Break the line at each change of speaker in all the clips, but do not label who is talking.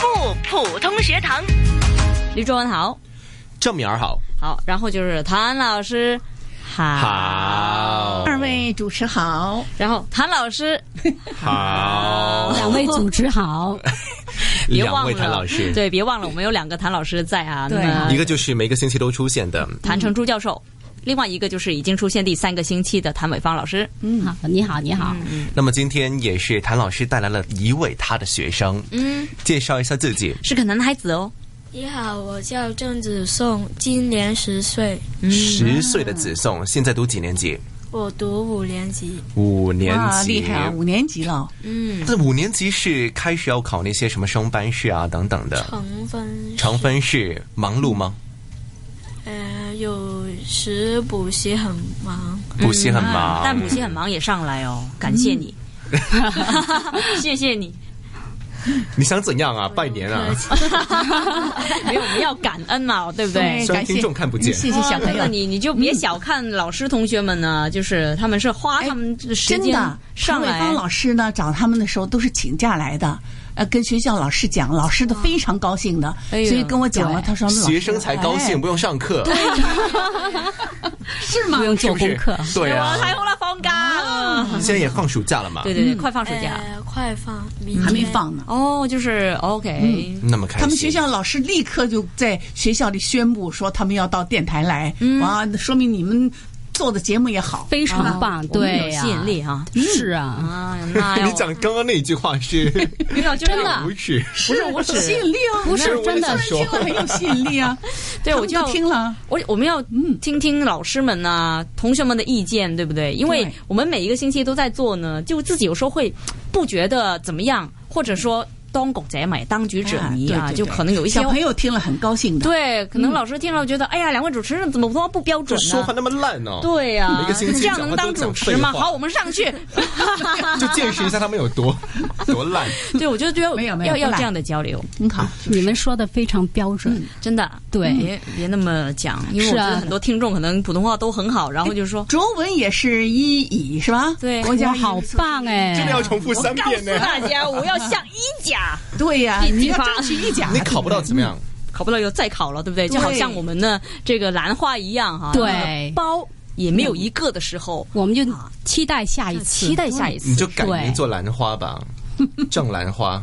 普通学堂。
李中文好，
郑明儿好，
好，然后就是谭老师好，
好，
二位主持好，
然后谭老师哦
好，
两位 主持 好，
别
两
忘
位
了
谭老师，
对，别忘了我们有两个谭老师在啊，
对
那
一个就是每个星期都出现的，
谭成珠教授。另外一个就是已经出现第三个星期的谭伟芳老师，
好，你好，你
嗯
好，
那么今天也是谭老师带来了一位他的学生，
嗯，
介绍一下自己，
是个男孩子哦，
你好，我叫郑子颂，今年十岁，
十岁的子颂，现在读几年级？
我读五年级。
五年
哇，
级，
厉害啊，五年级了，
嗯，
那五年级是开始要考那些什么升班试啊等等的，
成分
长分试，忙碌吗？
呃，有时补习很忙，
嗯
补习很忙，
啊但母亲很忙也上来哦，感谢 你，谢谢 你，
你想怎样啊？拜年啊
客！气
没有我们要感恩嘛，对不对？啊
虽
感
然
谢
听众看不见
谢谢小朋友
那。你你就别小看老师同学们呢，就是他们是花他们这个时
真
间
的，
上
唐伟
来
芳老师呢找他们的时候都是请假来的，呃，跟学校老师讲，老师都非常高兴的，
哎呦
所以跟我讲了，他说
学生才高兴，
哎
不用上课，
是吗？不用做功课，
对啊，
太好了，放假了。
现在也放暑假了嘛，
对对对，快放暑假
呃，快放，明
哎还没
天。
放呢。
哦，就是 OK，
那么开心。
他们学校老师立刻就在学校里宣布说他们要到电台来，
嗯
哇，那说明你们做的节目也好，
非常
啊。
棒，
我们
对
有
呀，
吸引力啊
是啊，
啊！那
你讲刚刚那一句话是
没有，就真
无
的
耻，
不是我吸引力啊，
不是
我也
真
想
的，
说
听了很有吸引力啊。
对我
他们
就要
都听了，
我我们要听听老师们呐、同学们的意见，对不对？因为
对
我们每一个星期都在做呢，就自己有时候会不觉得怎么样，或者说当局者迷，当局者迷啊，
哎对对
就可能有一些
小朋友听了很高兴的。
对，可能老师听了觉得，哎呀，两位主持人怎么普通话不标
就
准
说话
呢？
那么烂哦。
对呀、
每个星期
这样
讲
能
话都
当
讲
主持吗？
废话
好，我们上去。
就见识一下他们 有多多烂。
对，我就觉得
没有没
要
有不
要
赖
这样的交流，
很嗯好，
你们说的非常标准，
真的。
对
别别那么讲，因为我
是
觉
啊
得很多听众可能普通话都很好，然后就说
卓文也是一乙是吧？
对
国家啊
哇，好棒
真的
哎，
要重复 三
告
遍
诉
呢？
大家，我要像一甲，
对呀，
一级
你要
发
争取一甲，
你考不到怎么样？
考不到又再考了，对不对？就好像我们的这个兰花一样哈，
对嗯
包也没有一个的时候，
我们就期待下一次，
啊期待下一次
你。就改名做兰花吧，郑兰花。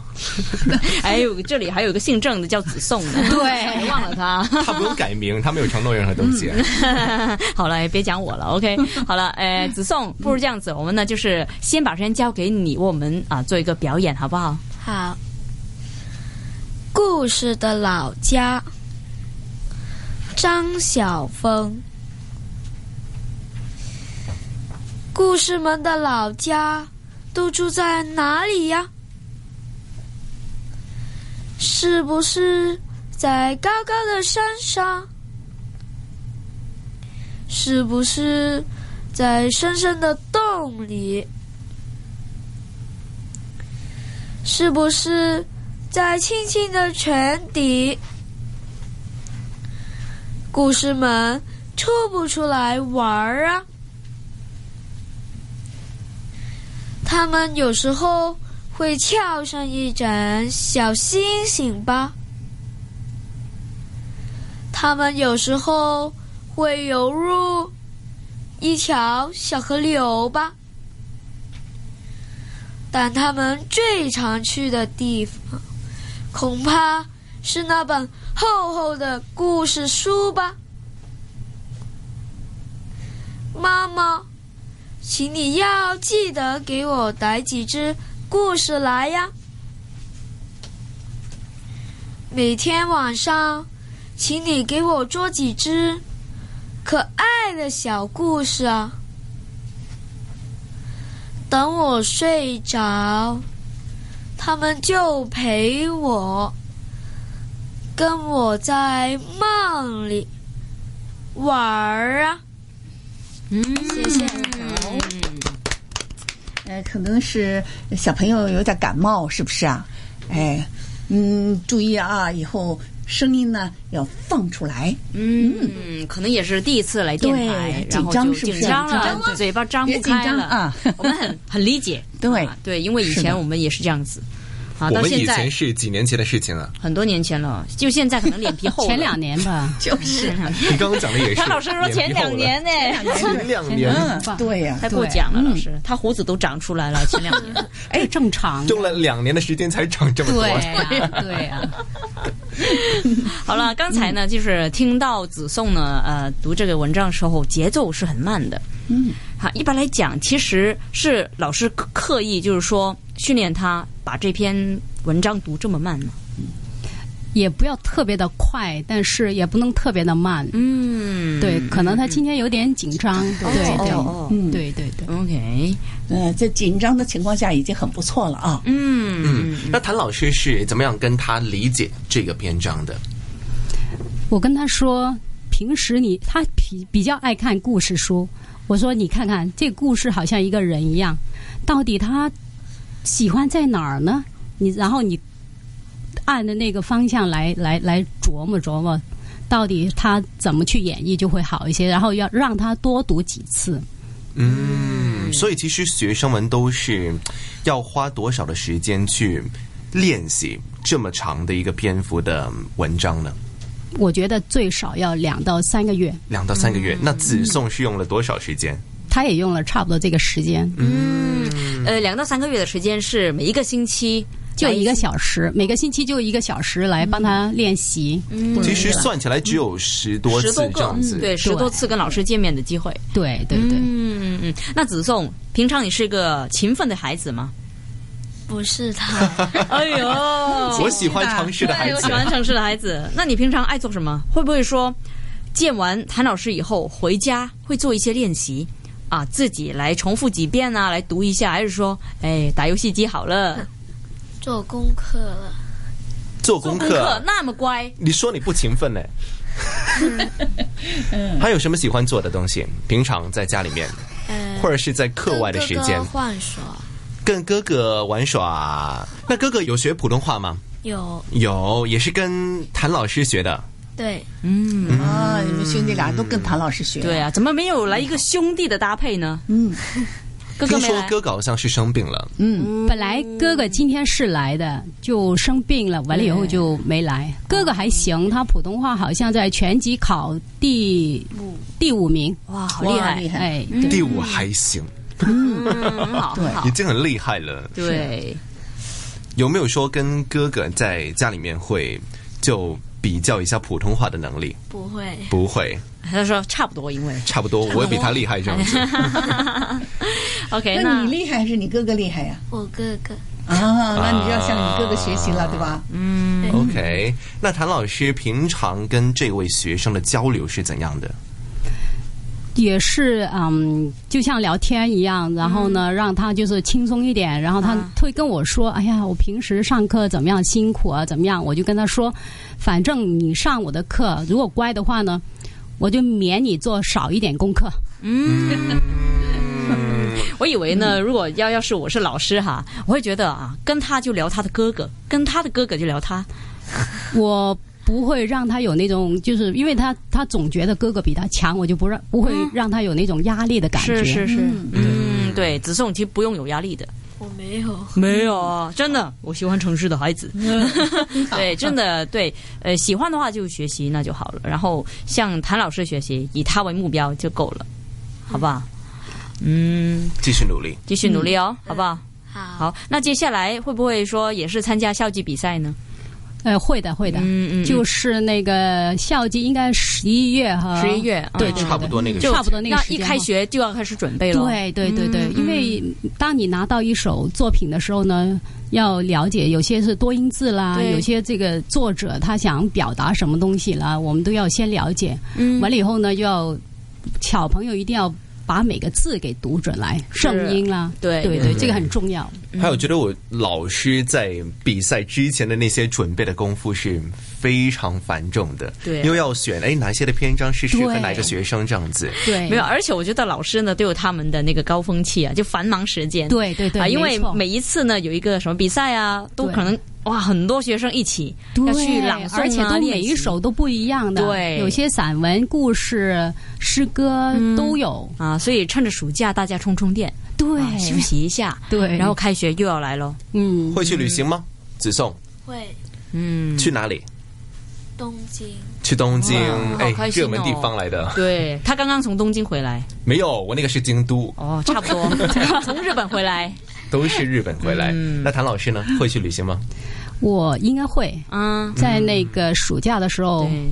还有哎这里还有一个姓郑的叫子颂呢，
对
忘了他。
他不用改名，他没有承诺任何东西。啊
嗯好了，哎别讲我了，OK。好了，呃，子颂，不如这样子，我们呢就是先把时间交给你，我们啊做一个表演，好不好？
好，故事的老家，张晓峰。故事们的老家都住在哪里呀？是不是在高高的山上？是不是在深深的洞里？是不是在清清的泉底？故事们出不出来玩儿啊？他们有时候会翘上一盏小星星吧。他们有时候会游入一条小河流吧。但他们最常去的地方，恐怕是那本厚厚的故事书吧。妈妈，请你要记得给我逮几只故事来呀。每天晚上，请你给我捉几只可爱的小故事啊。等我睡着，他们就陪我，跟我在梦里玩儿啊。嗯，谢谢。
呃，可能是小朋友有点感冒，是不是啊？哎，嗯，注意啊，以后声音呢要放出来，
嗯，可能也是第一次来电台，
对
然后就
紧张是不
紧
是
张
紧
了
张，了
嘴巴张
别
不
紧
开
张
了
啊
我们很很理解，
对
啊对，因为以
是
前
的，
我们也是这样子。好，
我
到
们
现
以
在
前是几年前的事 情了。
很多年前了，就现在可能脸皮厚了。
前两年吧
就是
前两年，
你刚刚讲的也是。
他老师说前两年呢、
脸皮厚了，前两年
嗯，对呀、
太
对
过奖了，
嗯
老师，他胡子都长出来了，前两年。
哎，正常。
用了两年的时间才长这么多。
对呀、 对呀、
好了，刚才呢，就是听到子颂呢，呃，读这个文章的时候，节奏是很慢的。
嗯，
好，一般来讲，其实是老师刻刻意就是说训练他把这篇文章读这么慢嘛。
也不要特别的快，但是也不能特别的慢。
嗯
对，可能他今天有点紧张。对对
哦
嗯，
对对对。
，OK，
呃，在紧张的情况下已经很不错了啊。
嗯，
嗯，那谭老师是怎么样跟他理解这个篇章的？
我跟他说，平时你他比比较爱看故事书，我说你看看这故事好像一个人一样，到底他喜欢在哪儿呢？你然后你按着那个方向来来来琢磨琢磨，到底他怎么去演绎就会好一些，然后要让他多读几次。
嗯，所以其实学生们都是要花多少的时间去练习这么长的一个篇幅的文章呢？
我觉得最少要两到三个月，
两到三个
嗯
月。那子颂是用了多少时间？
他也用了差不多这个时间，
嗯
呃，两到三个月的时间是每一个星期
就一个
来次
小时，每个星期就一个小时来帮他练习。
嗯
其实算起来只有十多
十
次
多
这
个嗯
样，子。
对，十多次跟老师见面的机会。
对对对。
嗯嗯嗯。那子颂，平常你是个勤奋的孩子吗？
不是 他，
哎呦，
我喜欢尝试的孩
我
子
喜。欢城市的孩 子。那你平常爱做什么？会不会说见完谭老师以后回家会做一些练习啊，自己来重复几遍啊，来读一下，还是说哎打游戏机好了？
做功课了。
做功
功
课
课，那么乖，
你说你不勤奋呢？
嗯
还有什么喜欢做的东西？平常在家里面，
呃，
或者是在课外的时间
跟哥哥，换耍
跟哥哥玩耍。那哥哥有学普通话吗？
有
有，也是跟谭老师学的。
对，
嗯，
啊，你们兄弟俩都跟谭老师学。
对啊，怎么没有来一个兄弟的搭配呢？
嗯
哥哥
听
没
说
来。
哥哥好像是生病了，
嗯，
本来哥哥今天是来的，就生病了，完了以后就没来。哥哥还行，他普通话好像在全级考第第五名，
哇，好厉
哇
害
哦厉！害，
哎，对
第五还行，
嗯，好
对
好
已，经很厉害了。
对，
有没有说跟哥哥在家里面会就比较一下普通话的能力？
不会。
不会，
他说差不多，因为
差不多，我也比他厉害这样子。
OK，
那你厉害还是你哥哥厉害呀？
我哥哥
啊，那你就要向你哥哥学习了，对吧？
哎
哦 OK，那谭老师平常跟这位学生的交流是怎样的？
也是嗯，就像聊天一样，然后
嗯
呢，让他就是轻松一点，然后他
啊
会跟我说：“哎呀，我平时上课怎么样辛苦啊，怎么样？”我就跟他说：“反正你上我的课，如果乖的话呢，我就免你做少一点功课。”
我以为呢，如果要要是我是老师哈，我会觉得啊，跟他就聊他的哥哥，跟他的哥哥就聊他。
我不会让他有那种，就是因为他他总觉得哥哥比他强，我就不让不会让他有那种压力的感觉。
是是是，嗯，对，子颂其实不用有压力的，
我没有，
没有啊，真的，我喜欢城市的孩子。嗯 对，真的对，呃，喜欢的话就学习那就好了，然后向谭老师学习，以他为目标就够了，好不好？嗯，
继续努力。
继续努力
嗯
哦，好不好？
好，
好，那接下来会不会说也是参加校际比赛呢？
呃，会的会的，
嗯嗯，
就是那个校季应该十一月哈，
十一月，啊
对，对
差不多那个
就
时间
嗯差不多那个
那
时
一
间
开
哈。
学就要开始准备了。
对对对对
嗯，
因为当你拿到一首作品的时候呢，要了解有些是多音字啦，
对
有些这个作者他想表达什么东西啦，我们都要先了解。
嗯
完了以后呢，就要小朋友一定要把每个字给读准来，圣音啦，
对
对
对
对，这个很重要。
嗯
还有，觉得我老师在比赛之前的那些准备的功夫是非常繁重的，
对啊
又要选哎哪一些的篇章是适合
对
哪一个学生这样子。
对，
没有，而且我觉得老师呢都有他们的那个高峰期啊，就繁忙时间。
对对对
啊，因为
没错
每一次呢有一个什么比赛啊，都
对
可能哇很多学生一起
对
要去朗诵啊，
而且都每
练习
一首都不一样的，
对
有些散文、故事、诗歌都有，
啊，所以趁着暑假大家充充电，
对
啊休息一下，
对，
然后开学又要来喽。
嗯，
会去旅行吗？子颂
会
嗯，
去哪里？
东京，
去东京，
好
哎，
开心哦
热门地方来的。
对他刚刚从东京回来，
没有，我那个是京都，
哦， 差不多从日本回来，
都是日本回来。那谭老师呢？会去旅行吗？
我应该会
嗯，
在那个暑假的时候，
对，嗯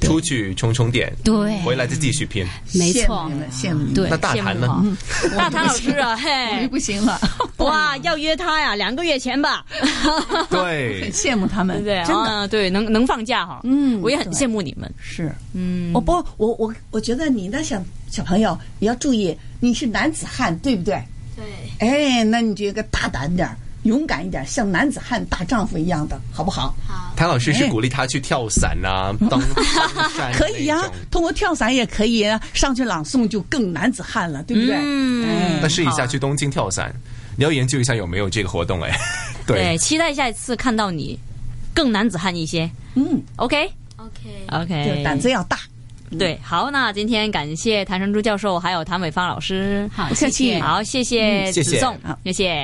对
出去充充电，
对，
回来再继续拼。
没
羡
错
慕，你了，羡慕你了，
对
那大
羡
谭
慕
呢？
哈，大谭老师啊，
我
嘿
就，不行了，
哇，要约他呀，两个月前吧，
很
啊
对，
羡慕他
对
们，
不对？
真的
啊，对，能能放假哈，
嗯
我也很
对
羡慕你们，
是。
嗯，
哦我不，我我我觉得你那小小朋友，你要注意，你是男子汉，对不对？
对，
哎，那你就应该大胆点儿，勇敢一点，像男子汉大丈夫一样的，好不好？
好，
谭老师是
哎
鼓励他去跳伞啊，登登 山
可以
啊
呀、
哎那种
通过跳伞也可以，啊上去朗诵就更男子汉了，对不哎对？
嗯，
那试一
好
下去东京跳伞，你要研究一下有没有这个活动哎。
对，，期待下一次看到你更男子汉一些。
嗯，
OK
OK，
OK，
就嗯胆子要大。
对，好，那今天感谢谭成珠教授还有谭伟芳老师，
好，
不客
谢
气
谢。
好，谢谢
谢
子
谢
颂
嗯好，
谢谢。